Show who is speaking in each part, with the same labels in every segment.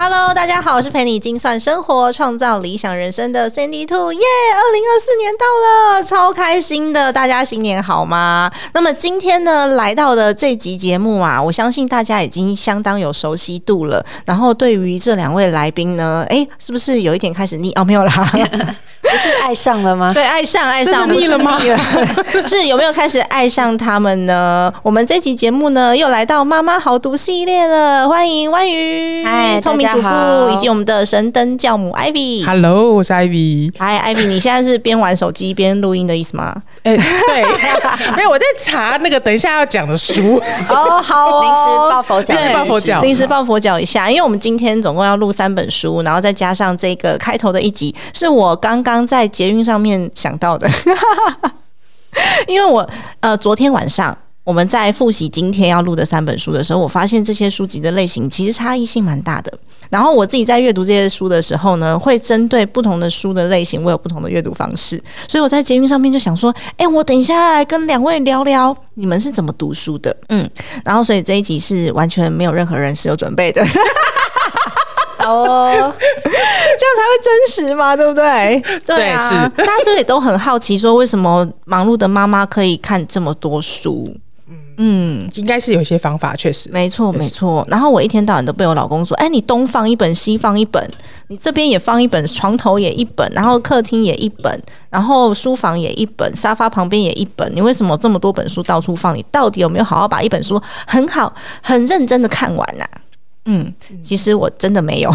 Speaker 1: Hello，大家好，我是陪你精算生活、创造理想人生的 Sandy Two，耶！二零二四年到了，超开心的，大家新年好吗？那么今天呢，来到的这集节目啊，我相信大家已经相当有熟悉度了。然后对于这两位来宾呢，哎，是不是有一点开始腻？哦，没有啦，
Speaker 2: 是爱上了吗？
Speaker 1: 对，爱上爱上
Speaker 2: 真的腻了吗
Speaker 1: 不是腻了 是有没有开始爱上他们呢？我们这期节目呢，又来到妈妈好读系列了，欢迎万瑜，
Speaker 2: 嗨
Speaker 1: 聪明主
Speaker 2: 大家好
Speaker 1: 妇，以及我们的神灯教母 Ivy。
Speaker 3: Hello，我是 Ivy。
Speaker 1: 嗨，艾比，你现在是边玩手机边录音的意思吗？
Speaker 3: 哎、对，没有，我在查那个等一下要讲的书。
Speaker 1: 哦，好
Speaker 2: 临时抱佛脚，
Speaker 3: 临时抱佛脚
Speaker 1: 临时抱佛脚一下，因为我们今天总共要录三本书，然后再加上这个开头的一集，是我刚刚在捷运上面想到的， 因为我呃昨天晚上。我们在复习今天要录的三本书的时候，我发现这些书籍的类型其实差异性蛮大的。然后我自己在阅读这些书的时候呢，会针对不同的书的类型，我有不同的阅读方式。所以我在捷运上面就想说，哎、我等一下要来跟两位聊聊你们是怎么读书的。嗯，然后所以这一集是完全没有任何人是有准备的，这样 才
Speaker 2: 哦，
Speaker 1: 会真实嘛，对不对？对啊，
Speaker 3: 是
Speaker 1: 大家是不是也都很好奇，说为什么忙碌的妈妈可以看这么多书？嗯，
Speaker 3: 应该是有一些方法，确实。
Speaker 1: 没错没错。然后我一天到晚都被我老公说：“哎，你东放一本，西放一本，你这边也放一本，床头也一本，然后客厅也一本，然后书房也一本，沙发旁边也一本。你为什么这么多本书到处放？你到底有没有好好把一本书很好、很认真的看完呐、嗯，其实我真的没有。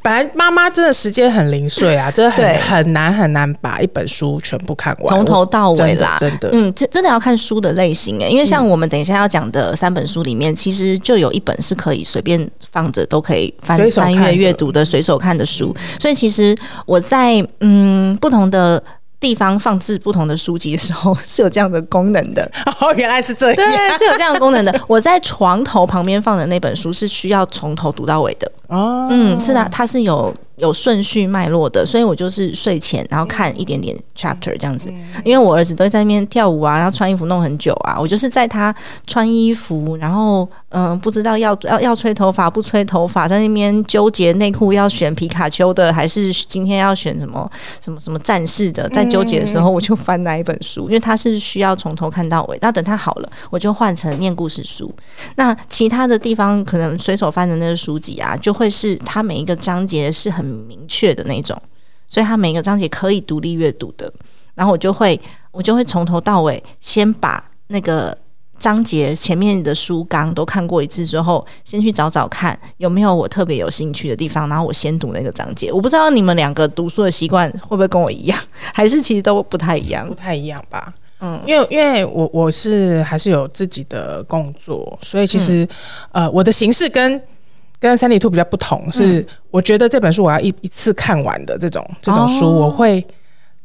Speaker 3: 本来妈妈真的时间很零碎啊，真的
Speaker 1: 对
Speaker 3: 很很难很难把一本书全部看完，
Speaker 1: 从头到尾
Speaker 3: 真的
Speaker 1: 啦，
Speaker 3: 真的
Speaker 1: 嗯，这真的要看书的类型诶、欸因为像我们等一下要讲的三本书里面，其实就有一本是可以随便放着都可以翻
Speaker 3: 随手
Speaker 1: 翻
Speaker 3: 看的嗯
Speaker 1: 阅阅读的、随手看的书，所以其实我在嗯不同的。地方放置不同的书籍的时候是有这样的功能 的，
Speaker 3: 哦，原来是这
Speaker 1: 对
Speaker 3: 样。，
Speaker 1: 是有这样的功能的。我在床头旁边放的那本书是需要从头读到尾的，
Speaker 3: 哦，
Speaker 1: 嗯，是的，它是有有顺序脉络的，所以我就是睡前然后看一点点 chapter 这样子，因为我儿子都会在那边跳舞啊，然后穿衣服弄很久啊，我就是在他穿衣服，然后嗯、呃不知道要要要吹头发不吹头发，在那边纠结内裤要选皮卡丘的还是今天要选什么什么什么战士的，在纠结的时候我就翻那一本书，因为他是需要从头看到尾，那等他好了，我就换成念故事书，那其他的地方可能随手翻的那个书籍啊，就会是它每一个章节是很明确的那种，所以它每一个章节可以独立阅读的。然后我就会我就会从头到尾先把那个章节前面的书纲都看过一次之后，先去找找看有没有我特别有兴趣的地方，然后我先读那个章节。我不知道你们两个读书的习惯会不会跟我一样，还是其实都不太一样
Speaker 3: 不。太一样吧。嗯，因为因为我我是还是有自己的工作，所以其实、呃我的形式跟跟三里兔比较不同，是我觉得这本书我要一一次看完的这种这种书，我会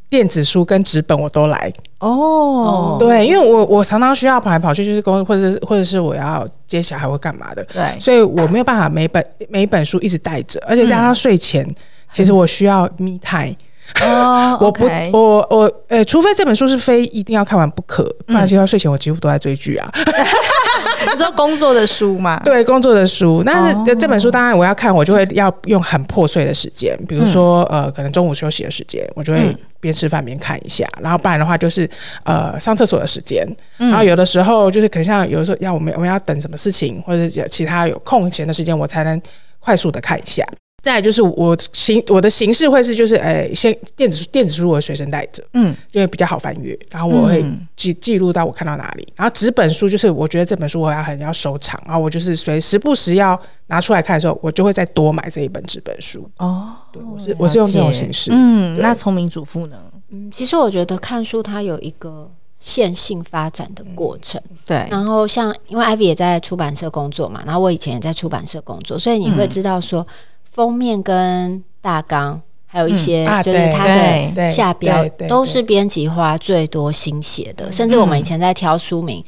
Speaker 3: 电子书跟纸本我都来。
Speaker 1: 哦，
Speaker 3: 对，因为我我常常需要跑来跑去，就是工或者是或者是我要接小孩或干嘛的，
Speaker 1: 对
Speaker 3: 所以我没有办法每本每一本书一直带着，而且加
Speaker 1: 嗯
Speaker 3: 上睡前，其实我需要 me time。
Speaker 1: 哦
Speaker 3: 我不
Speaker 1: OK
Speaker 3: 我我呃，除非这本书是非一定要看完不可，不
Speaker 1: 嗯
Speaker 3: 然其实到睡前我几乎都在追剧啊。
Speaker 1: 你说工作的书嘛？
Speaker 3: 对工作的书，但是呃这本书当然我要看，我就会要用很破碎的时间，比如说、呃，可能中午休息的时间，我就会边吃饭边看一下，然后不然的话就是呃上厕所的时间，然后有的时候就是可能像有的时候要我们我们要等什么事情，或者有其他有空闲的时间，我才能快速的看一下。再来就是我形我的形式会是就是诶、呃先电子电子书我会随身带着，
Speaker 1: 嗯，
Speaker 3: 因为比较好翻阅，然后我会
Speaker 1: 嗯
Speaker 3: 记记录到我看到哪里。然后纸本书就是我觉得这本书我要很要收藏，然后我就是随时不时要拿出来看的时候，我就会再多买这一本纸本书。
Speaker 1: 哦，
Speaker 3: 对，我是我是用这种形式。
Speaker 1: 嗯，
Speaker 3: 对
Speaker 1: 那聪明主妇呢？
Speaker 2: 嗯，其实我觉得看书它有一个线性发展的过程。
Speaker 1: 对
Speaker 2: 然后像因为 Ivy 也在出版社工作嘛，然后我以前也在出版社工作，所以你
Speaker 3: 嗯
Speaker 2: 会知道说封面跟大纲。还有一些
Speaker 3: 嗯啊
Speaker 2: 就是
Speaker 3: 对
Speaker 2: 它
Speaker 1: 对
Speaker 2: 的
Speaker 3: 对
Speaker 2: 下标
Speaker 3: 对对嗯
Speaker 2: 都是编辑花最多心血的，甚至我们以前在挑书名，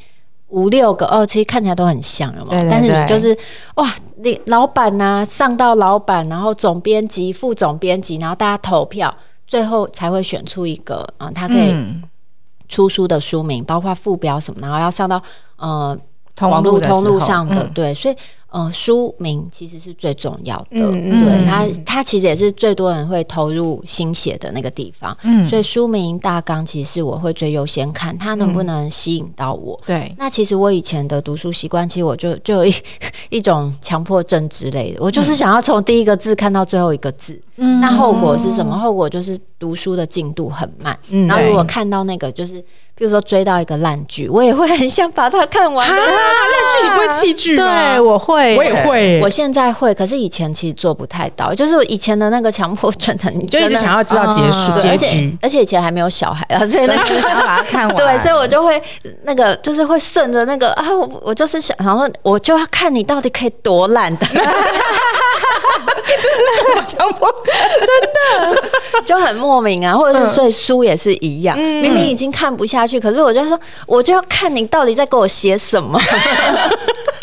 Speaker 2: 五六个哦，其实看起来都很像了嘛。
Speaker 1: 对对
Speaker 2: 但是
Speaker 1: 对
Speaker 2: 你就是哇，你老板呐、上到老板，然后总编辑、副总编辑，然后大家投票，最后才会选出一个啊、呃他可以
Speaker 1: 嗯，
Speaker 2: 出书的书名，包括副标什么，然后要上到呃
Speaker 1: 通
Speaker 2: 网络
Speaker 1: 路的时候
Speaker 2: 通路上的，
Speaker 1: 嗯
Speaker 2: 对，所以呃，书名其实是最重要的，
Speaker 3: 嗯嗯
Speaker 2: 对
Speaker 1: 嗯
Speaker 2: 它它其实也是最多人会投入心血的那个地方，
Speaker 1: 嗯
Speaker 2: 所以书名大纲其实是我会最优先看它能不
Speaker 1: 嗯
Speaker 2: 能吸引到我。
Speaker 1: 对，
Speaker 2: 那其实我以前的读书习惯，其实我就就有一 一种强迫症之类的，我就是想要从第一个字看到最后一个字。
Speaker 1: 嗯
Speaker 2: 那后果是什么？后果就是读书的进度很慢。
Speaker 1: 嗯
Speaker 2: 然后如果看到那个就是，比如说追到一个烂剧，我也会很想把它看完的。
Speaker 3: 那剧你不会弃剧吗？
Speaker 1: 对，我会，
Speaker 3: 我也会
Speaker 2: 我
Speaker 3: 欸，
Speaker 2: 现在会，可是以前其实做不太到，就是我以前的那个强迫症很，
Speaker 3: 你就一直想要知道结束
Speaker 1: 啊
Speaker 2: 对，
Speaker 3: 结
Speaker 2: 而
Speaker 3: 局
Speaker 2: 且。而且以前还没有小孩啊，所以那个
Speaker 1: 对想要把它看完，
Speaker 2: 对，所以我就会那个，就是会顺着那个啊，我我就是想，然后我就要看你到底可以多懒的，
Speaker 3: 强迫
Speaker 2: 就很莫名
Speaker 3: 嗯
Speaker 2: 啊，或者是所以书也是一样，明明已经看不下去，可是我就说，我就要看你到底在给我写什 么。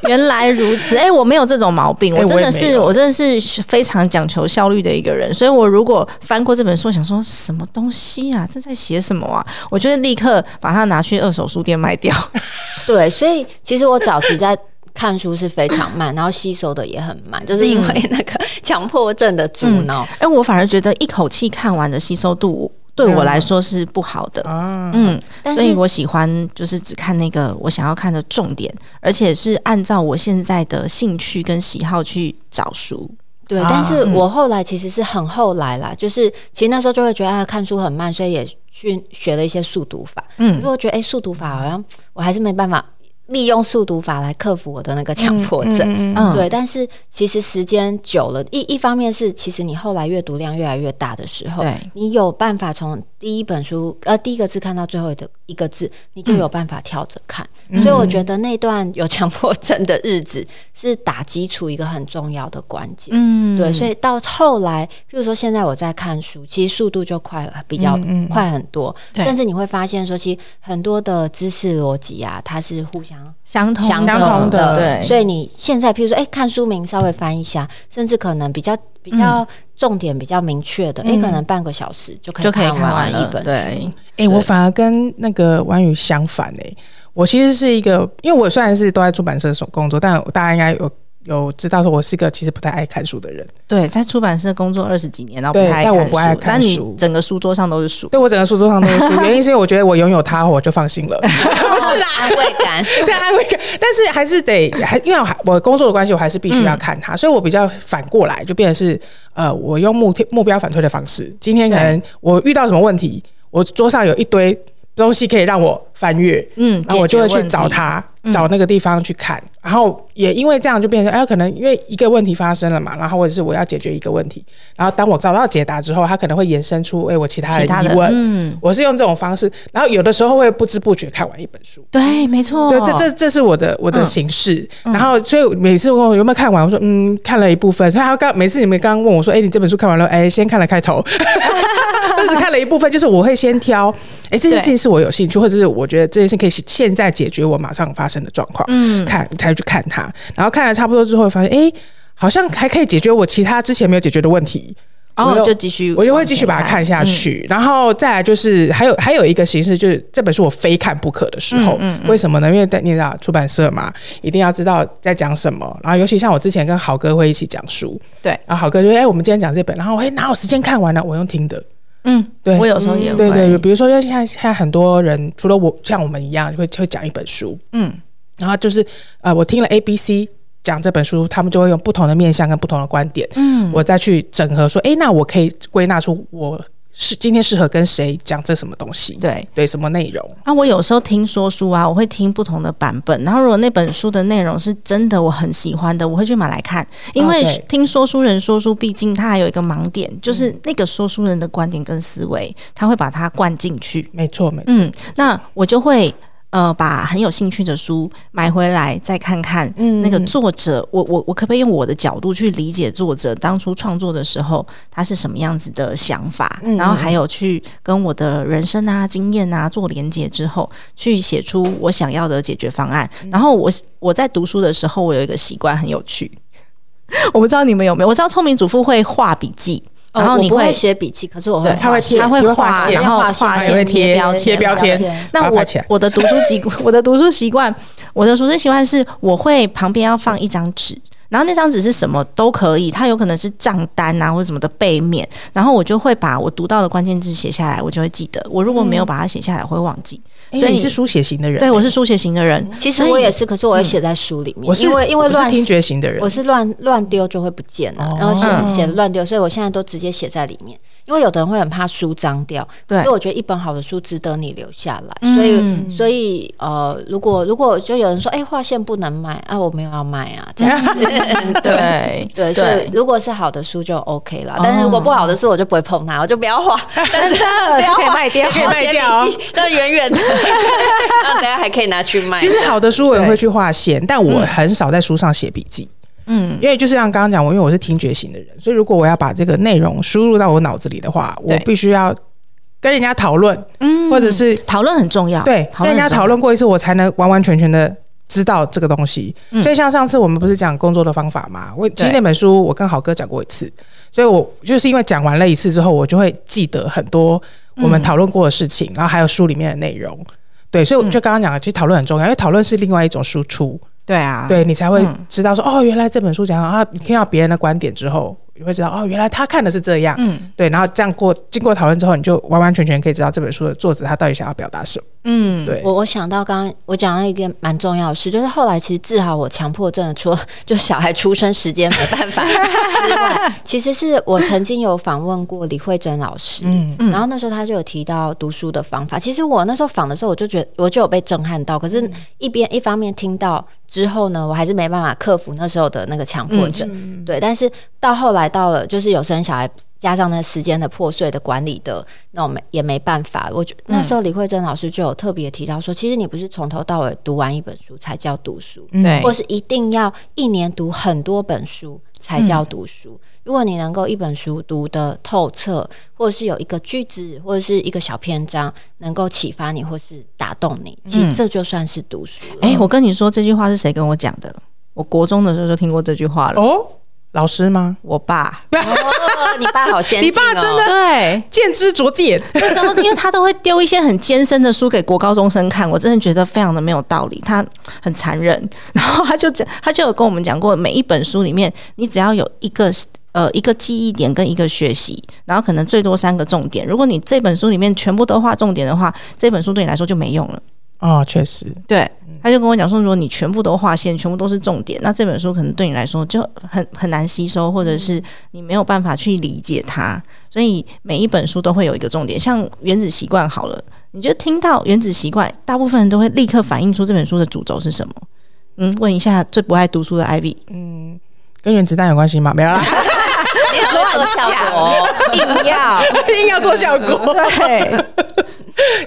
Speaker 1: 原来如此，哎、我没有这种毛病，
Speaker 3: 哎
Speaker 1: 我真的
Speaker 3: 我也
Speaker 1: 是，
Speaker 3: 没有
Speaker 1: 我真的是非常讲求效率的一个人，所以我如果翻过这本书，想说什么东西啊，这在写什么啊，我就会立刻把它拿去二手书店卖掉。
Speaker 2: 对，所以其实我早期在看书是非常慢，然后吸收的也很慢，就是因
Speaker 3: 嗯
Speaker 2: 为那个强迫症的阻挠。
Speaker 1: 哎、我反而觉得一口气看完的吸收度对我来说是不好的，
Speaker 3: 啊！
Speaker 1: 嗯，
Speaker 2: 但
Speaker 1: 所以
Speaker 2: 是
Speaker 1: 我喜欢就是只看那个我想要看的重点，而且是按照我现在的兴趣跟喜好去找书。
Speaker 2: 对，
Speaker 3: 啊
Speaker 2: 但是我后来其实是很后来啦，就是其实那时候就会觉得啊，看书很慢，所以也去学了一些速读法。可
Speaker 1: 嗯
Speaker 2: 是我觉得，哎、速读法好像我还是没办法利用速读法来克服我的那个强迫症。
Speaker 3: 嗯，
Speaker 1: 嗯，
Speaker 2: 对，但是其实时间久了，一一方面是，其实你后来阅读量越来越大的时候
Speaker 1: 对，
Speaker 2: 你有办法从第一本书呃第一个字看到最后的一个字，你就有办法跳着看。所以我觉得那段有强迫症的日子是打基础一个很重要的关键。
Speaker 1: 嗯
Speaker 2: 对，所以到后来，譬如说现在我在看书，其实速度就快比较
Speaker 3: 嗯嗯嗯
Speaker 2: 快很多，
Speaker 1: 对
Speaker 2: 甚至你会发现说，其实很多的知识逻辑啊，它是互相
Speaker 1: 相同
Speaker 2: 相
Speaker 3: 相
Speaker 2: 同
Speaker 3: 同的
Speaker 1: 对，
Speaker 2: 所以你现在譬如说，哎、看书名稍微翻一下，甚至可能比较比
Speaker 1: 嗯
Speaker 2: 较重点比较明确的，哎、可能半个小时就可以
Speaker 1: 就可以
Speaker 2: 看
Speaker 1: 看
Speaker 2: 完
Speaker 1: 完了
Speaker 2: 一本。
Speaker 1: 对，
Speaker 3: 哎、我反而跟那个婉宇相反哎、我其实是一个，因为我虽然是都在出版社所工作，但我大家应该有有知道说，我是一个其实不太爱看书的人。
Speaker 1: 对，在出版社工作二十几年，然后不
Speaker 3: 对
Speaker 1: 太爱
Speaker 3: 但我
Speaker 1: 看
Speaker 3: 不爱
Speaker 1: 书
Speaker 3: 看
Speaker 1: 但你
Speaker 3: 书
Speaker 1: 整个书桌上都是 书。
Speaker 3: 对我整个书桌上都是书，原因是因为我觉得我拥有它，我就放心了。
Speaker 2: 不 是安慰感。
Speaker 3: 对安啊慰感， 但是还是得还因为我还我工作的关系，我还是必须要
Speaker 1: 嗯
Speaker 3: 看它，所以我比较反过来就变成是呃，我用目贴目标反推的方式。今天可能我遇到什么问题，我桌上有一堆东西可以让我翻阅，
Speaker 1: 嗯，
Speaker 3: 然后我就会
Speaker 1: 解决
Speaker 3: 去
Speaker 1: 问题嗯
Speaker 3: 找。它，找那个地方去看。然后也因为这样就变成，哎，可能因为一个问题发生了嘛，然后或者是我要解决一个问题，然后当我找到解答之后，它可能会延伸出，哎，我其他的
Speaker 1: 其他的
Speaker 3: 疑问。
Speaker 1: 嗯
Speaker 3: 我是用这种方式，然后有的时候会不知不觉看完一本书。
Speaker 1: 对，没错，
Speaker 3: 对，这这这是我的我的
Speaker 1: 哦嗯
Speaker 3: 形式。然后，所以每次我问我有没有看完，我说嗯，看了一部分。所以他刚每次你们刚刚问我说，哎、你这本书看完了？哎、先看了开头， 就只看了一部分。就是我会先挑，哎、这件事情是我有兴趣，或者是我觉得这件事可以现在解决我马上发生的状况，
Speaker 1: 嗯
Speaker 3: 看才去看它。然后看了差不多之后，发现哎、好像还可以解决我其他之前没有解决的问题。
Speaker 1: 然
Speaker 3: 我
Speaker 1: 后
Speaker 3: 又
Speaker 1: 哦就继续，
Speaker 3: 我就会继续把它看嗯下。去。然后再来就是还有还有一个形式，就是这本书我非看不可的时候，为什么呢？因为你知道出版社嘛，一定要知道在讲什么。然后尤其像我之前跟豪哥会一起讲书，
Speaker 1: 对
Speaker 3: 然后豪哥就哎、我们今天讲这本，然后哎、哪有时间看完呢、我用听的。
Speaker 1: 嗯，
Speaker 3: 对，
Speaker 1: 我有时候也会，
Speaker 3: 对对，比如说，因为现在现在很多人，除了我像我们一样，会会讲一本书，
Speaker 1: 嗯，
Speaker 3: 然后就是呃，我听了 A、B、C 讲这本书，他们就会用不同的面向跟不同的观点，嗯，我再去整合说，诶，那我可以归纳出我是今天适合跟谁讲这什么东西，
Speaker 1: 对。
Speaker 3: 对，什么内容，
Speaker 1: 啊，我有时候听说书啊，我会听不同的版本。然后如果那本书的内容是真的我很喜欢的，我会去买来看。因为
Speaker 3: 哦对嗯
Speaker 1: 听说书人说书，毕竟他还有一个盲点，就是那个说书人的观点跟思维，他会把它灌进去。
Speaker 3: 没错，没错，
Speaker 1: 嗯，那我就会呃把很有兴趣的书买回来再看看。
Speaker 2: 嗯
Speaker 1: 那个作者，我我我可不可以用我的角度去理解作者当初创作的时候他是什么样子的想法？
Speaker 2: 嗯
Speaker 1: 然后还有去跟我的人生啊、经验啊做连接之后，去写出我想要的解决方案。
Speaker 2: 嗯
Speaker 1: 然后我我在读书的时候，我有一个习惯很有趣，我不知道你们有没有？我知道聪明主妇会画笔记，然后
Speaker 2: 哦我
Speaker 1: 你
Speaker 2: 不
Speaker 1: 会
Speaker 2: 会写笔记，可是我
Speaker 3: 对
Speaker 2: 会
Speaker 3: 他会
Speaker 2: 画线，
Speaker 3: 贴
Speaker 1: 他会
Speaker 3: 你会画
Speaker 1: 画，
Speaker 3: 线
Speaker 1: 然后
Speaker 2: 画线
Speaker 1: 画
Speaker 2: 还
Speaker 3: 会
Speaker 1: 线
Speaker 3: 贴
Speaker 1: 标
Speaker 3: 贴
Speaker 1: 签，
Speaker 3: 标签把
Speaker 1: 那
Speaker 3: 它
Speaker 1: 我
Speaker 3: 拍起来
Speaker 1: 我的读书习 我的读书习惯，我的读书习惯是我会旁边要放一张纸。然后那张纸是什么都可以，它有可能是账单啊或者什么的背面，然后我就会把我读到的关键字写下来，我就会记得。我如果
Speaker 2: 嗯
Speaker 1: 没有把它写下来，我会忘记。
Speaker 3: 哎
Speaker 1: 所以
Speaker 3: 你是书写型的人，
Speaker 1: 对我是书写型的人，
Speaker 2: 其实
Speaker 1: 所以
Speaker 2: 我也是，可是我
Speaker 1: 嗯
Speaker 2: 会写在书里面，
Speaker 3: 我是
Speaker 2: 因为因
Speaker 3: 我
Speaker 2: 为
Speaker 3: 是
Speaker 2: 乱
Speaker 3: 听觉型的人，
Speaker 2: 我是乱乱丢就会不见了，
Speaker 3: 哦
Speaker 2: 然后
Speaker 1: 嗯
Speaker 2: 写写的乱丢，所以我现在都直接写在里面。因为有的人会很怕书脏掉，
Speaker 1: 对
Speaker 2: 所以我觉得一本好的书值得你留下来。
Speaker 3: 嗯
Speaker 2: 所以，所以呃，如果如果就有人说，哎、划线不能卖啊，我没有要卖啊，这样 子，
Speaker 1: 对
Speaker 2: 对，所以如果是好的书就 OK
Speaker 3: 哦
Speaker 2: 了，但是如果不好的书我就不会碰它，我就不要 画，真的不要
Speaker 1: 就呃可以
Speaker 2: 画
Speaker 1: 卖掉
Speaker 2: 可以
Speaker 3: 卖掉 哦
Speaker 2: 写笔记，那远 远的，然后等下还可以拿去卖。
Speaker 3: 其实好的书我也会去划线，但我很少在书上写笔记。嗯，因为就是像刚刚讲，我因为我是听觉型的人，所以如果我要把这个内容输入到我脑子里的话，我
Speaker 1: 对
Speaker 3: 必须要跟人家讨论，
Speaker 1: 嗯
Speaker 3: 或者是
Speaker 1: 讨论很重要，
Speaker 3: 对跟人家
Speaker 1: 很重要
Speaker 3: 讨论过一次，我才能完完全全的知道这个东西。所以像上次我们不是讲工作的方法嘛，我其实
Speaker 1: 对
Speaker 3: 那本书我跟好哥讲过一次，所以我就是因为讲完了一次之后，我就会记得很多我们讨论过的事情，然后还有书里面的内容。对，所以我就刚刚讲，其实讨论很重要，因为讨论是另外一种输出。
Speaker 1: 对啊，
Speaker 3: 对你才会知道说、哦，原来这本书讲啊，你听到别人的观点之后，你会知道哦，原来他看的是这样，嗯，对，然后这样过经过讨论之后，你就完完全全可以知道这本书的作者他到底想要表达什么，
Speaker 1: 嗯，
Speaker 3: 对，
Speaker 2: 我我想到刚刚我讲到一个蛮重要的事，就是后来其实治好我强迫症的，除了就小孩出生时间没办法之外，其实是我曾经有访问过李慧珍老师，
Speaker 3: 嗯
Speaker 2: 然后那时候他就有提到读书的方法。其实我那时候访的时候，我就觉得我就有被震撼到，可
Speaker 3: 嗯
Speaker 2: 是一边一方面听到之后呢，我还是没办法克服那时候的那个强迫症，
Speaker 3: 嗯
Speaker 2: 对。但是到后来到了就是有生小孩，加上那时间的破碎的管理的那种没也没办法。我就那时候李慧珍老师就有特别提到说，其实你不是从头到尾读完一本书才叫读书，
Speaker 1: 对
Speaker 2: 或是一定要一年读很多本书才叫读书。如果你能够一本书读得透彻，或者是有一个句子或者是一个小篇章能够启发你或是打动你，其实这就算是读书了。
Speaker 1: 哎、我跟你说这句话是谁跟我讲的？我国中的时候就听过这句话了，
Speaker 3: 哦，老师吗？
Speaker 1: 我爸。
Speaker 2: 哦，你爸好先
Speaker 3: 你
Speaker 2: 进哦！
Speaker 3: 爸真的
Speaker 1: 对，
Speaker 3: 见之灼见，
Speaker 1: 那时候因为他都会丢一些很艰深的书给国高中生看，我真的觉得非常的没有道理，他很残忍。然后他就讲，他就有跟我们讲过，每一本书里面，你只要有一个呃一个记忆点跟一个学习，然后可能最多三个重点。如果你这本书里面全部都画重点的话，这本书对你来说就没用了。
Speaker 3: 哦，确实，
Speaker 1: 对，他就跟我讲说，如果你全部都划线，全部都是重点，那这本书可能对你来说就很很难吸收，或者是你没有办法去理解它。所以每一本书都会有一个重点，像《原子习惯》好了，你就听到《原子习惯》，大部分人都会立刻反映出这本书的主轴是什么。嗯，问一下最不爱读书的 Ivy，
Speaker 3: 嗯跟原子弹有关系吗？没有啦，
Speaker 2: 你很会做效果哦，
Speaker 1: 硬要
Speaker 3: 硬要做效 果，
Speaker 1: 对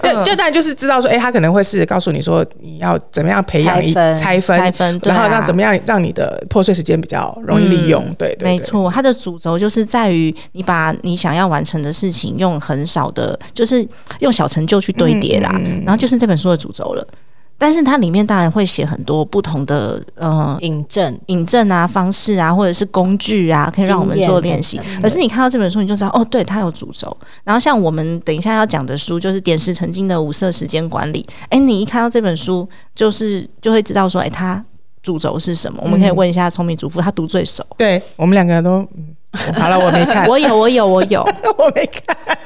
Speaker 1: 嗯
Speaker 3: 就就当然就是知道说，哎、他可能会是告诉你说你要怎么样培养一
Speaker 2: 拆分
Speaker 3: 拆分，
Speaker 1: 拆分，对
Speaker 3: 然后
Speaker 1: 啊嗯
Speaker 3: 让怎么样让你的破碎时间比较容易利用，对对对，
Speaker 1: 没错，它的主轴就是在于你把你想要完成的事情用很少的，就是用小成就去堆叠
Speaker 3: 嗯
Speaker 1: 啦，然后就是这本书的主轴了。但是它里面当然会写很多不同的呃
Speaker 2: 引证。
Speaker 1: 引证啊、方式啊，或者是工具啊，可以让我们做练习
Speaker 2: 经验。
Speaker 1: 可是你看到这本书，你就知道哦，对，它有主轴。然后像我们等一下要讲的书，就是《点石成金的五色时间管理》。哎，你一看到这本书，就是就会知道说，哎，它主轴是什么？我们可以问一下聪明主妇，她读最熟。
Speaker 3: 对我们两个都，嗯好了，我没看，
Speaker 1: 我有，我有，我有。
Speaker 3: 我没看，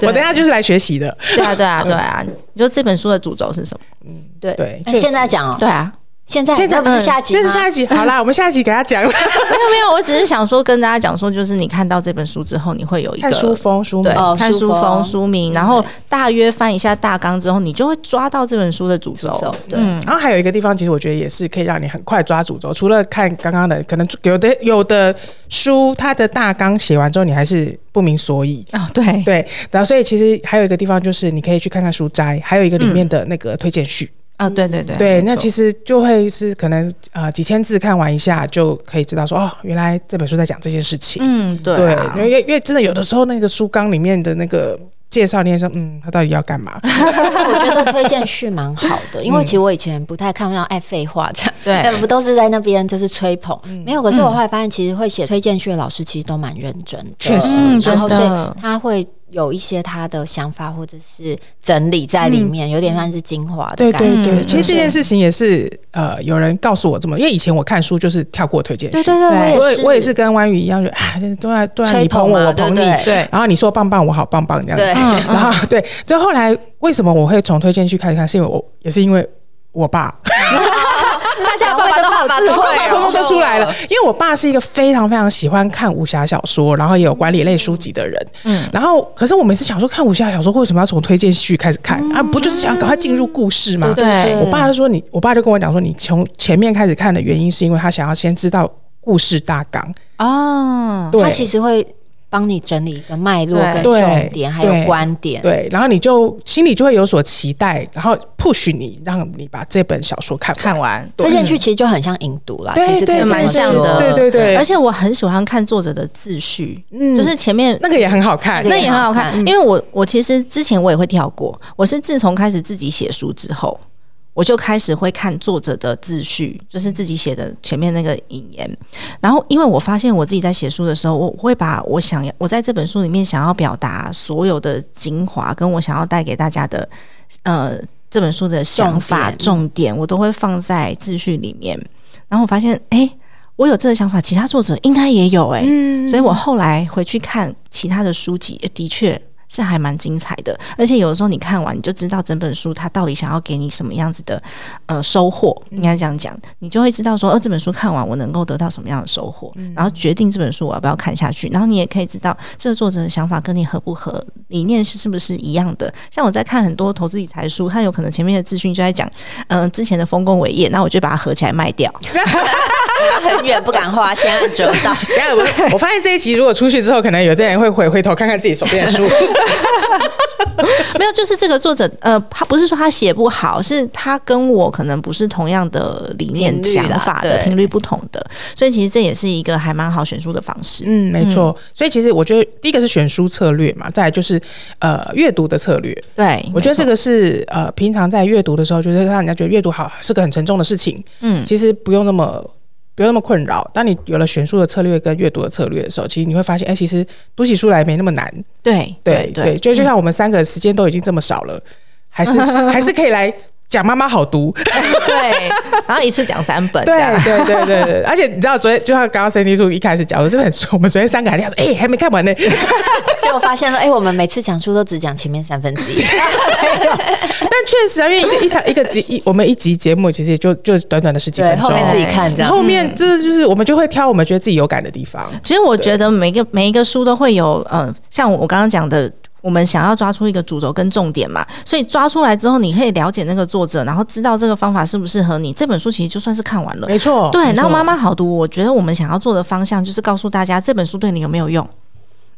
Speaker 1: 对
Speaker 3: 我等一下就是来学习的。
Speaker 1: 对啊，对啊，对啊。你说这本书的主轴是什么？
Speaker 2: 对
Speaker 3: 对
Speaker 2: 那
Speaker 3: 确实
Speaker 2: 现在讲哦，
Speaker 1: 啊，
Speaker 2: 现在
Speaker 3: 现在
Speaker 2: 那不是下集
Speaker 3: 这
Speaker 2: 吗？
Speaker 3: 是下一集，好啦，我们下一集给他讲
Speaker 1: 没有没有，我只是想说跟大家讲说，就是你看到这本书之后，你会有一个
Speaker 3: 看书风书
Speaker 1: 对
Speaker 3: 名。
Speaker 2: 哦，
Speaker 1: 看
Speaker 2: 书
Speaker 1: 书
Speaker 2: 封
Speaker 1: 封、书名，然后大约翻一下大纲之后，你就会抓到这本书的主轴。
Speaker 2: 走对。
Speaker 3: 然后还有一个地方，其实我觉得也是可以让你很快抓主轴。除了看刚刚的，可能有的有的书，它的大纲写完之后，你还是不明所以。
Speaker 1: 哦，对，
Speaker 3: 对，然后所以其实还有一个地方就是你可以去看看书斋，还有一个里面的那个推荐序。
Speaker 1: 啊，对对对，
Speaker 3: 对，
Speaker 1: 没错
Speaker 3: 那其实就会是可能呃几千字看完一下就可以知道说哦，原来这本书在讲这件事情。
Speaker 1: 嗯，对
Speaker 3: 对
Speaker 1: 啊，
Speaker 3: 因为因为真的有的时候那个书纲里面的那个介绍，你也说嗯，他到底要干嘛？
Speaker 2: 我觉得推荐序蛮好 的，
Speaker 3: 嗯
Speaker 2: 因为其实我以前不太看到爱废话这样，
Speaker 3: 哎
Speaker 1: 对
Speaker 2: 但不都是在那边就是吹捧，
Speaker 3: 嗯
Speaker 2: 没有。可是我后来发现，其实会写推荐序的老师其实都蛮认真的，
Speaker 3: 确实
Speaker 1: 嗯
Speaker 2: 然后
Speaker 1: 真
Speaker 2: 所
Speaker 1: 的
Speaker 2: 以他会有一些他的想法或者是整理在里面，有点像是精华的
Speaker 3: 嗯对
Speaker 2: 感
Speaker 3: 对
Speaker 2: 觉。
Speaker 3: 对，其实这件
Speaker 2: 事，
Speaker 3: 事情也是呃，有人告诉我这么，因为以前我看书就是跳过推荐
Speaker 2: 对
Speaker 3: 序，
Speaker 2: 对对，
Speaker 3: 我
Speaker 2: 我也
Speaker 3: 也
Speaker 2: 是，
Speaker 3: 我也是跟弯宇一样，就啊，就是都在都在
Speaker 2: 吹
Speaker 3: 你捧
Speaker 2: 捧
Speaker 3: 我，
Speaker 2: 嘛
Speaker 3: 我捧你，
Speaker 2: 对不对
Speaker 1: 对
Speaker 3: 然后你说棒棒，我好棒棒这样
Speaker 2: 对
Speaker 1: 嗯
Speaker 3: 子。 然后对，就后来为什么我会从推荐序开始看，是因为我也是因为 我爸，
Speaker 2: 大家爸爸都好智
Speaker 1: 哦
Speaker 3: 我爸通通都出
Speaker 2: 哦
Speaker 3: 来了。因为我爸是一个非常非常喜欢看武侠小说，然后也有管理类书籍的人。嗯，然后可是我每次想说看武侠小说，为什么要从推荐序开始看、啊？不就是想赶快进入故事吗？
Speaker 2: 对对，
Speaker 3: 我
Speaker 1: 嗯
Speaker 3: 爸就说你，我爸就跟我讲说，你从前面开始看的原因是因为他想要先知道故事大纲。
Speaker 1: 哦，
Speaker 3: 对，
Speaker 2: 他其实会帮你整理一个脉络、跟
Speaker 3: 对
Speaker 2: 重点，还有
Speaker 3: 对
Speaker 2: 观点。
Speaker 3: 对，然后你就心里就会有所期待，然后 push 你，让你把这本小说看完。
Speaker 1: 看完。
Speaker 2: 推荐序其实就很像引读啦，
Speaker 3: 对
Speaker 2: 其实可以
Speaker 3: 对
Speaker 2: 这么
Speaker 1: 蛮像
Speaker 2: 说
Speaker 1: 的，
Speaker 3: 对对对
Speaker 1: 而且我很喜欢看作者的自序，
Speaker 2: 嗯
Speaker 1: 就是前面
Speaker 3: 那个也很好看，
Speaker 2: 那
Speaker 1: 那
Speaker 2: 个
Speaker 1: 也很好看
Speaker 2: 也很好看，
Speaker 1: 因为我我其实之前我也会跳过，我是自从开始自己写书之后，我就开始会看作者的自序，就是自己写的前面那个引言。然后，因为我发现我自己在写书的时候，我我会把我想要我在这本书里面想要表达所有的精华，跟我想要带给大家的呃这本书的想法
Speaker 2: 重点
Speaker 1: 重点，我都会放在自序里面。然后我发现，哎、我有这个想法，其他作者应该也有、
Speaker 3: 嗯
Speaker 1: 诶。哎、所以我后来回去看其他的书籍，的确是还蛮精彩的。而且有的时候你看完，你就知道整本书它到底想要给你什么样子的呃收获，应该这样讲，你就会知道说，哦，这本书看完我能够得到什么样的收获，然后决定这本书我要不要看下去。然后你也可以知道这个作者的想法跟你合不合，理念是是不是一样的。像我在看很多投资理财书，它有可能前面的资讯就在讲，嗯、之前的丰功伟业，那我就把它合起来卖掉。
Speaker 2: 很远不敢画，先按折 到。
Speaker 3: 等一下我我发现这一集如果出去之后，可能有的人会回回头看看自己手边 的书。
Speaker 1: 没有，就是这个作者，呃，他不是说他写不好，是他跟我可能不是同样的理念、
Speaker 2: 频率
Speaker 1: 想
Speaker 2: 啦
Speaker 1: 法的
Speaker 2: 对
Speaker 1: 频率不同的，所以其实这也是一个还蛮好选书的方式。
Speaker 3: 嗯，没错。所以其实我觉得第一个是选书策略嘛，再来就是呃阅读的策略。
Speaker 1: 对，
Speaker 3: 我觉
Speaker 1: 没错
Speaker 3: 得这个是呃平常在阅读的时候，就是让人家觉得阅读好是个很沉重的事情。
Speaker 1: 嗯
Speaker 3: 其实不用那么。不用那么困扰。当你有了选书的策略跟阅读的策略的时候，其实你会发现，哎、其实读起书来没那么难。
Speaker 1: 对
Speaker 3: 对对，就就像我们三个时间都已经这么少了，还是还是可以来讲妈妈好读。
Speaker 1: 对，然后一次讲三本，这样
Speaker 3: 对对对对对，而且你知道，昨天就像刚刚 Cindy 兔一开始讲的这本书，我们昨天三个还聊说，哎、还没看完呢。
Speaker 2: 结果发现说，哎、我们每次讲书都只讲前面三分之 一。
Speaker 3: 但确实啊，因为一个一场一个集一，我们一集节目其实也就就短短的十几
Speaker 2: 对，
Speaker 3: 分
Speaker 2: 后
Speaker 3: 钟。
Speaker 2: 面自己看这
Speaker 3: 然
Speaker 2: 样
Speaker 3: 后。后面
Speaker 1: 嗯
Speaker 3: 这就是我们就会挑我们觉得自己有感的地方。
Speaker 1: 其实我觉得每个每一个书都会有，嗯、像我刚刚讲的。我们想要抓出一个主轴跟重点嘛，所以抓出来之后，你可以了解那个作者，然后知道这个方法适不适合你。这本书其实就算是看完了，
Speaker 3: 没错，
Speaker 1: 对，
Speaker 3: 没错
Speaker 1: 然后妈，妈好读，我觉得我们想要做的方向就是告诉大家这本书对你有没有用，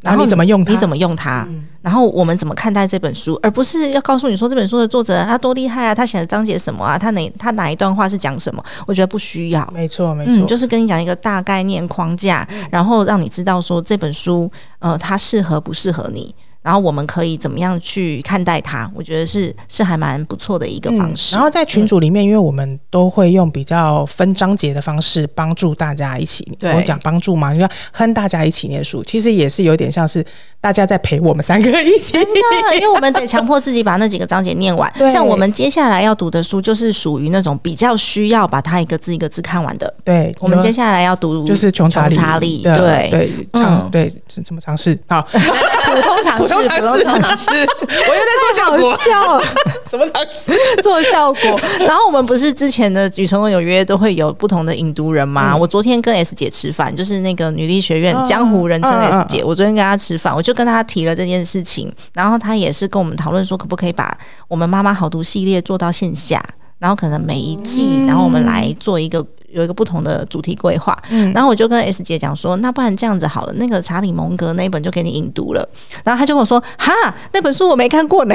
Speaker 3: 然后你怎么用它？
Speaker 1: 你怎么用它，然后我们怎么看待这本书，而不是要告诉你说这本书的作者他多厉害啊，他写的章节什么啊，他哪他哪一段话是讲什么，我觉得不需要。
Speaker 3: 没错，没错，
Speaker 1: 嗯，就是跟你讲一个大概念框架，嗯然后让你知道说这本书，呃，它适合不适合你，然后我们可以怎么样去看待它，我觉得是是还蛮不错的一个方式。
Speaker 3: 嗯然后在群组里面，因为我们都会用比较分章节的方式帮助大家一起，
Speaker 1: 对
Speaker 3: 我讲帮助嘛，就要哼大家一起念书，其实也是有点像是大家在陪我们三个一起。
Speaker 1: 真的，因为我们得强迫自己把那几个章节念 完
Speaker 3: 对。
Speaker 1: 像我们接下来要读的书，就是属于那种比较需要把它一个字一个字看完的。
Speaker 3: 对，
Speaker 1: 我们
Speaker 3: 什么
Speaker 1: 接下来要读
Speaker 3: 就是穷查理，
Speaker 1: 查理，
Speaker 3: 对
Speaker 1: 对，
Speaker 3: 对，尝
Speaker 1: 嗯
Speaker 3: 对什么尝试好。
Speaker 1: 普通常识，
Speaker 3: 么尝试？
Speaker 1: 不用尝
Speaker 3: 是，我又在做效
Speaker 1: 好
Speaker 3: 果，
Speaker 1: 笑，哦
Speaker 3: 怎么尝试？
Speaker 1: 做效 果。然后我们不是之前的《与成功有约》都会有不同的引读人吗？我昨天跟 S 姐吃饭，就是那个女力学院、
Speaker 3: 嗯
Speaker 1: 江湖人称
Speaker 3: 嗯嗯
Speaker 1: S 姐，我昨天跟她吃饭，我就跟她提了这件事情，然后她也是跟我们讨论说，可不可以把我们妈妈好读系列做到线下，然后可能每一季，然后我们来做一个。有一个不同的主题规划，然后我就跟 S 姐讲说，那不然这样子好了，那个查理蒙格那一本就给你引读了。然后她就跟我说，哈，那本书我没看过呢。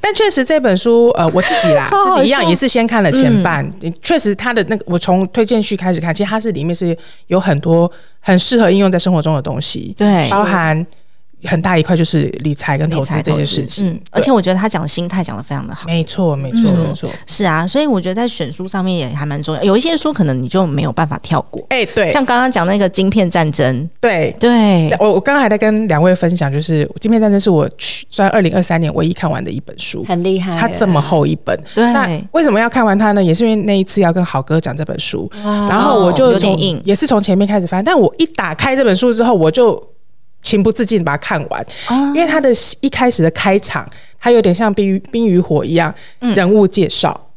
Speaker 3: 但确实这本书，呃，我自己啦，
Speaker 1: 超好
Speaker 3: 自己一样
Speaker 1: 笑嗯
Speaker 3: 也是先看了前半，确、实它的那个，我从推荐序开始看，其实它是里面是有很多很适合应用在生活中的东西，
Speaker 1: 对
Speaker 3: 包含很大一块就是理财跟投
Speaker 1: 理
Speaker 3: 资
Speaker 1: 财
Speaker 3: 这
Speaker 1: 投
Speaker 3: 件
Speaker 1: 资
Speaker 3: 事情，
Speaker 1: 嗯，而且我觉得他讲心态讲的非常的好。
Speaker 3: 没错，没错，没错。
Speaker 1: 是啊，所以我觉得在选书上面也还蛮重要。有一些书可能你就没有办法跳过，
Speaker 3: 哎、对，
Speaker 1: 像刚刚讲那个晶片战争，
Speaker 3: 对。
Speaker 1: 对，
Speaker 3: 我我刚刚还在跟两位分享，就是《晶片战争》是我去在二零二三年唯一看完的一本书，
Speaker 2: 很厉害耶，
Speaker 3: 它这么厚一本，
Speaker 1: 对
Speaker 3: 那为什么要看完它呢？也是因为那一次要跟好哥讲这本书，
Speaker 2: 哇
Speaker 3: 然后我就
Speaker 1: 啊哦有点
Speaker 3: 从
Speaker 1: 硬
Speaker 3: 也是从前面开始翻，但我一打开这本书之后，我就情不自禁地把它看完，因为它的一开始的开场，它有点像冰与冰与火一样，人物介绍，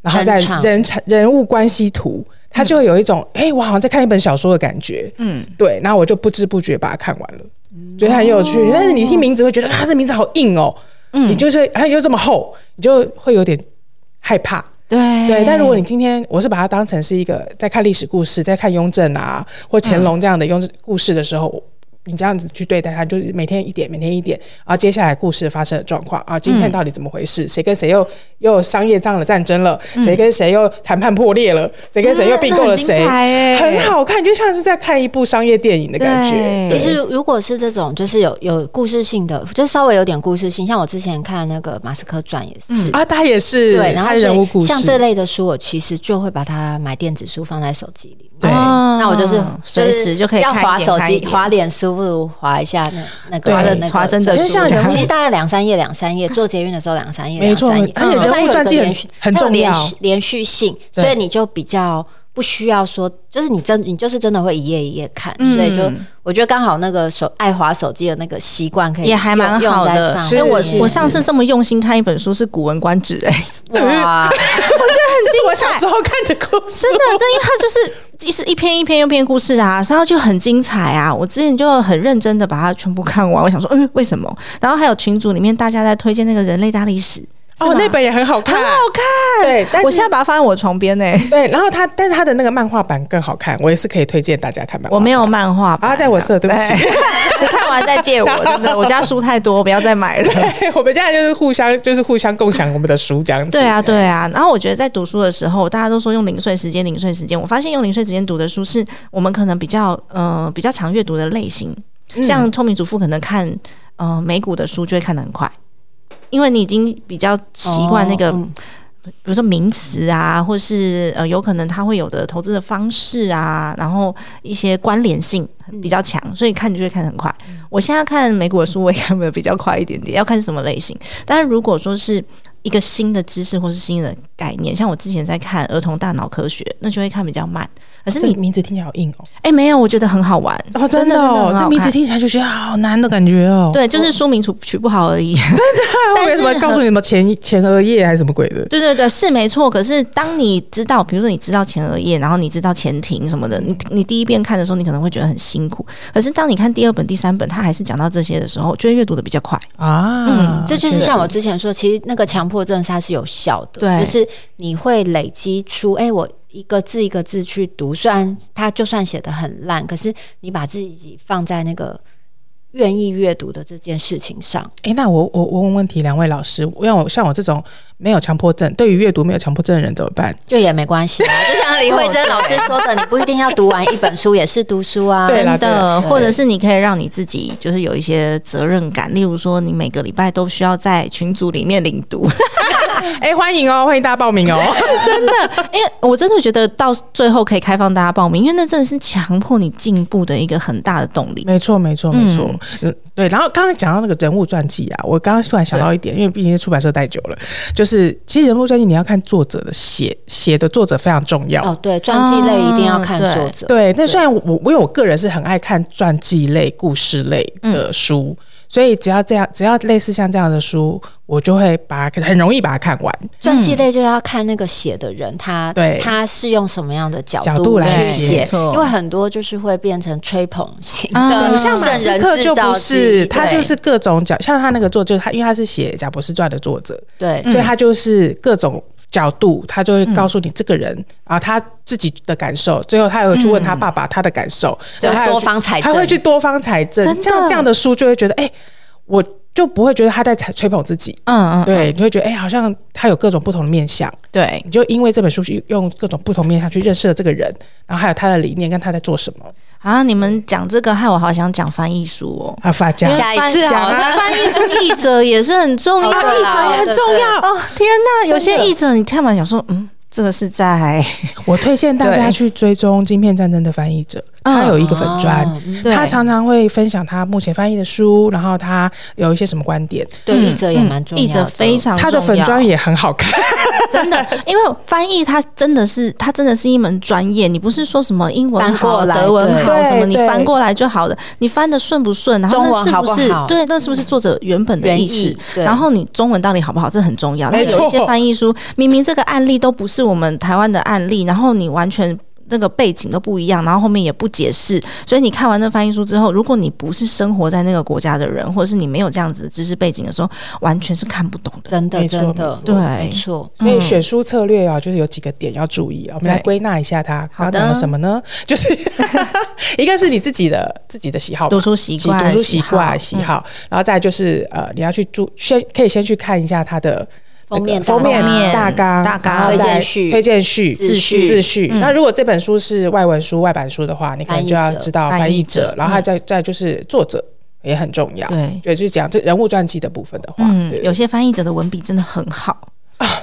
Speaker 3: 然后再
Speaker 2: 人场
Speaker 3: 人场人物关系图。它就会有一种，哎、我好像在看一本小说的感觉，嗯，对，然后我就不知不觉把它看完了，觉得很有趣。但是你听名字会觉得，啊，这名字好硬哦，嗯，你就是，哎、又这么厚，你就会有点害怕，
Speaker 1: 对
Speaker 3: 对，但如果你今天我是把它当成是一个在看历史故事，在看雍正啊或乾
Speaker 1: 嗯
Speaker 3: 隆这样的雍正故事的时候，你这样子去对待它，就是每天一点，每天一点，然后接下来故事发生的状况啊，今天到底怎么回
Speaker 1: 嗯
Speaker 3: 事？谁跟谁又又商业上的战争了？谁跟谁又谈判破裂了？谁跟谁又并购了谁？
Speaker 1: 啊那很精彩欸
Speaker 3: 很好看，就像是在看一部商业电影的感觉。
Speaker 1: 对
Speaker 3: 对
Speaker 2: 其实如如果是这种，就是有有故事性的，就稍微有点故事性，像我之前看那个《马斯克传》也是。
Speaker 3: 啊，他也是，
Speaker 2: 对，然
Speaker 3: 他
Speaker 2: 后
Speaker 3: 的人物
Speaker 2: 所以
Speaker 3: 故事，
Speaker 2: 像这类的书，我其实就会把它买电子书放在手机里。
Speaker 3: 对
Speaker 1: 哦
Speaker 2: 那我就是
Speaker 1: 随
Speaker 2: 是
Speaker 1: 时就可以
Speaker 2: 要
Speaker 1: 看一
Speaker 2: 划
Speaker 1: 点
Speaker 2: 手
Speaker 1: 开一
Speaker 2: 机、
Speaker 1: 点
Speaker 2: 划脸书，不如划一下那那个
Speaker 3: 嗯对
Speaker 2: 那个
Speaker 1: 划真的
Speaker 2: 手
Speaker 3: 因为
Speaker 2: 机
Speaker 3: 像人
Speaker 2: 其实
Speaker 3: 物
Speaker 2: 大概两三页、两三页，做捷运的时候两三页，
Speaker 3: 没
Speaker 2: 两
Speaker 3: 错
Speaker 2: 三页，
Speaker 3: 而且
Speaker 2: 嗯
Speaker 3: 人物
Speaker 2: 它有一个
Speaker 3: 传记很
Speaker 2: 连续
Speaker 3: 很
Speaker 2: 它有
Speaker 3: 重要
Speaker 2: 连续连续性，
Speaker 3: 对
Speaker 2: 所以你就比较不需要说，就是你真你就是真的会一页一页看，
Speaker 1: 嗯
Speaker 2: 所以就我觉得刚好那个手爱划手机的那个习惯可以
Speaker 1: 也还蛮
Speaker 2: 用
Speaker 1: 好
Speaker 2: 用在
Speaker 1: 的
Speaker 2: 上。
Speaker 3: 是
Speaker 1: 因为
Speaker 2: 面
Speaker 1: 我
Speaker 3: 是
Speaker 1: 我上次这么用心看一本书是《古文观止》 哎，
Speaker 2: 哇，
Speaker 3: 这是我
Speaker 1: 精
Speaker 3: 小
Speaker 1: 彩
Speaker 3: 时候看的故事，
Speaker 1: 真的，这因为它就是是一篇一篇又篇故事啊，然后就很精彩啊。我之前就很认真的把它全部看完，我想说，嗯，为什么？然后还有群组里面大家在推荐那个人类大历史，是
Speaker 3: 哦，
Speaker 1: 吗
Speaker 3: 那本也很好
Speaker 1: 很
Speaker 3: 看，
Speaker 1: 好看。
Speaker 3: 对但是
Speaker 1: 我现在把它放在我床边呢、欸
Speaker 3: 对，然后他，但是他的那个漫画版更好看，我也是可以推荐大家看漫画版。
Speaker 1: 我没有漫画版
Speaker 3: 啊，在我这，对不起，
Speaker 1: 你 看完再借我，真的，我家书太多，不要再买了。
Speaker 3: 我们现在就是互相，就是互相共享我们的书这样子。
Speaker 1: 对，啊，对啊。然后我觉得在读书的时候，大家都说用零碎时间，零碎时间。我发现用零碎时间读的书是我们可能比较呃比较常阅读的类型，
Speaker 2: 嗯
Speaker 1: 像聪明主妇可能看呃美股的书就会看得很快，因为你已经比较习惯那个。
Speaker 2: 哦嗯
Speaker 1: 比如说名词啊，或是呃，有可能他会有的投资的方式啊，然后一些关联性比较强，所以看你就会看得很快。我现在看美股的书，我也看的比较快一点点，要看是什么类型。但是如果说是一个新的知识或是新的概念，像我之前在看儿童大脑科学，那就会看比较慢。可是
Speaker 3: 这
Speaker 1: 你
Speaker 3: 名字听起来好硬哦，
Speaker 1: 哎、没有，我觉得很好玩
Speaker 3: 哦，
Speaker 1: 的真
Speaker 3: 真的
Speaker 1: 的
Speaker 3: 哦
Speaker 1: 很，好
Speaker 3: 这名字
Speaker 1: 看
Speaker 3: 听起来就觉得好难的感觉哦。，
Speaker 1: 对，就是说明取取不好而已。
Speaker 3: 他为
Speaker 1: 但
Speaker 3: 什
Speaker 1: 是
Speaker 3: 么告诉你什么前前额叶还是什么鬼的？
Speaker 1: 对对对，是没错。可是当你知道，比如说你知道前额叶，然后你知道前庭什么的，你你第一遍看的时候，你可能会觉得很辛苦。可是当你看第二本、第三本，他还是讲到这些的时候，就会阅读的比较快。
Speaker 3: 啊，
Speaker 1: 嗯
Speaker 2: 这就是像我之前说，其实那个强迫症它是有效的，
Speaker 1: 对
Speaker 2: 就是你会累积出，哎、我一个字一个字去读，虽然它就算写的很烂，可是你把自己放在那个愿意阅读的这件事情上，
Speaker 3: 哎，那我我我问问题，两位老师，因为我像我这种没有强迫症，对于阅读没有强迫症的人怎么办？
Speaker 2: 就也没关系啊。就像李慧珍老师说的，你不一定要读完一本书，也是读书啊。
Speaker 3: 对啦
Speaker 1: 真的，
Speaker 2: 对
Speaker 1: 或者是你可以让你自己就是有一些责任感，例如说你每个礼拜都需要在群组里面领读，
Speaker 3: 哎、欢迎哦，欢迎大家报名哦。
Speaker 1: 真的，因为我真的觉得到最后可以开放大家报名，因为那真的是强迫你进步的一个很大的动力。
Speaker 3: 没错，没错，没错。嗯，对。然后刚刚讲到那个人物传记啊，我刚刚突然想到一点，因为毕竟是出版社待久了，就是其实人物传记你要看作者的写写的作者非常重要。
Speaker 2: 哦，对，传记类一定要看
Speaker 1: 哦
Speaker 2: 作者，
Speaker 3: 对，那虽然我我因为我个人是很爱看传记类、故事类
Speaker 2: 嗯
Speaker 3: 的书，所以只要这样，只要类似像这样的书，我就会把它很容易把它看完。
Speaker 2: 传记类就要看那个写的人，他
Speaker 3: 嗯对
Speaker 2: 他是用什么样的角
Speaker 3: 角度来
Speaker 2: 去
Speaker 3: 写
Speaker 1: 没
Speaker 2: 写，
Speaker 1: 错
Speaker 2: 因为很多就是会变成吹捧型
Speaker 1: 啊
Speaker 2: 的
Speaker 1: 对像
Speaker 3: 马
Speaker 2: 圣
Speaker 3: 斯
Speaker 2: 人
Speaker 3: 克
Speaker 2: 制
Speaker 3: 就
Speaker 2: 造
Speaker 3: 不
Speaker 2: 机，
Speaker 3: 是，他
Speaker 2: 对
Speaker 3: 就是各种角，像他那个作者，他因为他是写《贾博士传》的作者，
Speaker 2: 对
Speaker 1: 嗯
Speaker 3: 所以他就是各种角度，他就会告诉你这个人、
Speaker 1: 嗯
Speaker 3: 啊，他自己的感受。最后他有去问他爸爸他的感受，
Speaker 1: 嗯
Speaker 2: 对
Speaker 3: 然后他有
Speaker 2: 多
Speaker 3: 去
Speaker 2: 方采
Speaker 3: 他会
Speaker 2: 证
Speaker 3: 去多方采证
Speaker 1: 真。的
Speaker 3: 像这样的书就会觉得，哎、我就不会觉得他在吹吹捧自己。
Speaker 1: 嗯嗯，
Speaker 3: 对，你会觉得哎、好像他有各种不同的面相，
Speaker 1: 对，
Speaker 3: 你就因为这本书去用各种不同面相去认识了这个人，然后还有他的理念跟他在做什么
Speaker 1: 啊，你们讲这个害我好想讲翻译书哦。
Speaker 3: 啊，发家
Speaker 2: 下一次
Speaker 1: 翻
Speaker 2: 好
Speaker 3: 啊
Speaker 2: 了
Speaker 1: 翻译书译者也是很重要，
Speaker 2: 哦啊对啦
Speaker 1: 译者也很重要。哦，天哪，有些译者你看完想说，嗯，这个是在
Speaker 3: 我推荐大家去追踪《晶片战争》的翻译者，
Speaker 1: 嗯
Speaker 3: 他有一个粉砖
Speaker 2: 哦，
Speaker 1: 对
Speaker 3: 他常常会分享他目前翻译的书，然后他有一些什么观点，
Speaker 2: 对译者也蛮
Speaker 3: 嗯
Speaker 2: 重要的，
Speaker 1: 译者非常
Speaker 3: 他的
Speaker 1: 重
Speaker 3: 粉
Speaker 1: 要
Speaker 3: 砖也很好看。
Speaker 1: 真的，因为翻译它真的是它真的是一门专业，你不是说什么英文
Speaker 2: 翻
Speaker 1: 好、
Speaker 2: 过来
Speaker 1: 德文好
Speaker 3: 对
Speaker 1: 什么，你
Speaker 3: 对
Speaker 1: 翻过来就好了，你翻的顺不顺，然后
Speaker 2: 中
Speaker 1: 那
Speaker 2: 文
Speaker 1: 是
Speaker 2: 好
Speaker 1: 不
Speaker 2: 不
Speaker 1: 是
Speaker 2: 好
Speaker 1: 对，那是不是作者原本的
Speaker 2: 原
Speaker 1: 意思
Speaker 2: 意？对
Speaker 1: 然后你中文到底好不好，这很重要。那
Speaker 3: 没
Speaker 1: 有一些
Speaker 3: 错
Speaker 1: 翻译书明明这个案例都不是我们台湾的案例，然后你完全。那个背景都不一样，然后后面也不解释，所以你看完那翻译书之后，如果你不是生活在那个国家的人，或者是你没有这样子的知识背景的时候，完全是看不懂的。
Speaker 2: 真的
Speaker 3: 没错
Speaker 2: 真的
Speaker 1: 没错
Speaker 2: 没错，
Speaker 1: 嗯
Speaker 3: 所以选书策略啊，就是有几个点要注意啊，我们来归纳一下他
Speaker 1: 好
Speaker 3: 刚
Speaker 1: 的
Speaker 3: 刚讲了什么呢？就是 一个是你自己的自己的喜好嘛，
Speaker 1: 读书习惯嗯
Speaker 3: 读书习惯
Speaker 1: 喜
Speaker 3: 喜
Speaker 1: 好
Speaker 3: 好，然后再来就是呃，你要去注先可以先去看一下他的。那
Speaker 2: 封
Speaker 3: 个
Speaker 2: 面大
Speaker 3: 封面
Speaker 1: 纲
Speaker 3: 大纲、
Speaker 1: 大纲
Speaker 3: 然后
Speaker 2: 推荐
Speaker 3: 再
Speaker 2: 序
Speaker 3: 推荐序、
Speaker 2: 自序
Speaker 3: 自序。
Speaker 1: 嗯
Speaker 3: 那如果这本书是外文书、外版书的话，你可能就要
Speaker 2: 翻译者
Speaker 3: 知道
Speaker 1: 翻
Speaker 3: 翻
Speaker 1: 译
Speaker 3: 译
Speaker 1: 者嗯
Speaker 3: 者，然后还再再就是作者也很重要。
Speaker 1: 对
Speaker 3: 对，就是讲这人物传记的部分的话，
Speaker 1: 嗯
Speaker 3: 对，，
Speaker 1: 有些翻译者的文笔真的很好，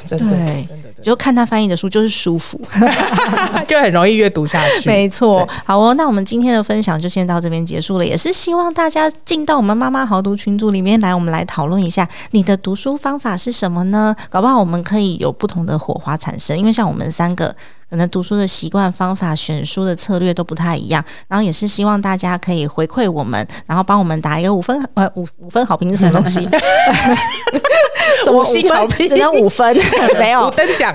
Speaker 3: 真的
Speaker 1: 对
Speaker 3: 真的真
Speaker 1: 就看他翻译的书就是舒服。
Speaker 3: 的 就很容易阅读下去。
Speaker 1: 没错，好哦，那我们今天的分享就先到这边结束了，也是希望大家进到我们妈妈豪读群组里面来，我们来讨论一下你的读书方法是什么呢？搞不好我们可以有不同的火花产生，因为像我们三个。可能读书的习惯、方法、选书的策略都不太一样，然后也是希望大家可以回馈我们，然后帮我们打一个五分 呃五五分好评是什么东西？什么
Speaker 3: 五星
Speaker 1: 五分
Speaker 3: 好评
Speaker 1: 只能五分，没有
Speaker 3: 五等 奖，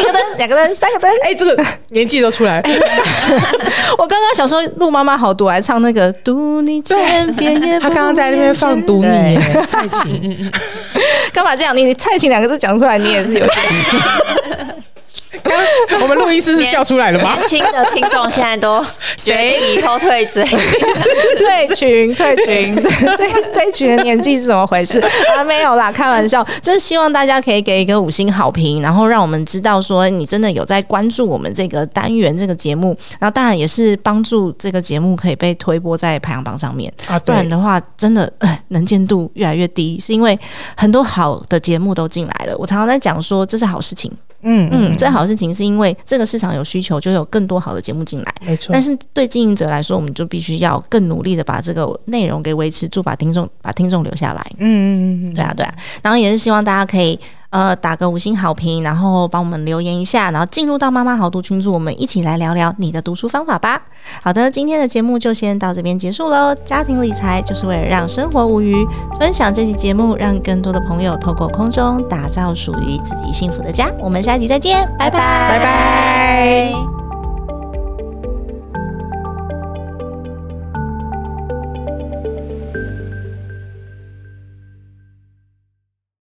Speaker 1: 一个灯、两个灯、三个灯，
Speaker 3: 哎、这个年纪都出来了，
Speaker 1: 哎 我刚刚想说陆妈妈好毒，还唱那个“读你千遍也不
Speaker 3: 他刚刚在那边放
Speaker 1: 厌倦
Speaker 3: 毒你
Speaker 1: 嗯
Speaker 3: 耶，蔡琴，
Speaker 1: 干嘛这样？你“蔡琴”两个字讲出来，你也是有点嗯
Speaker 3: 我们录音师是笑出来 了吗？
Speaker 2: 年轻的听众现在都决定以后退追，
Speaker 1: 退 群、退群。这这一群的年纪是怎么回事啊？没有啦，开玩笑，就是希望大家可以给一个五星好评，然后让我们知道说你真的有在关注我们这个单元这个节目，然后当然也是帮助这个节目可以被推播在排行榜上面。
Speaker 3: 啊，
Speaker 1: 不然
Speaker 3: 对，
Speaker 1: 的话，真的哎能见度越来越低，是因为很多好的节目都进来了。我常常在讲说这是好事情，
Speaker 3: 嗯嗯，
Speaker 1: 嗯，这好事情是因为这个市场有需求，就有更多好的节目进来。
Speaker 3: 没错
Speaker 1: 但，是对经营者来说，我们就必须要更努力的把这个内容给维持住，把听众把听众留下来。
Speaker 3: 嗯嗯嗯
Speaker 1: 对啊，对啊。然后也是希望大家可以呃打个五星好评，然后帮我们留言一下，然后进入到妈妈好读群组，我们一起来聊聊你的读书方法吧。好的，今天的节目就先到这边结束喽。家庭理财就是为了让生活无虞，分享这期节目，让更多的朋友透过空中打造属于自己幸福的家。我们下期再见，拜拜，拜拜。
Speaker 2: 拜。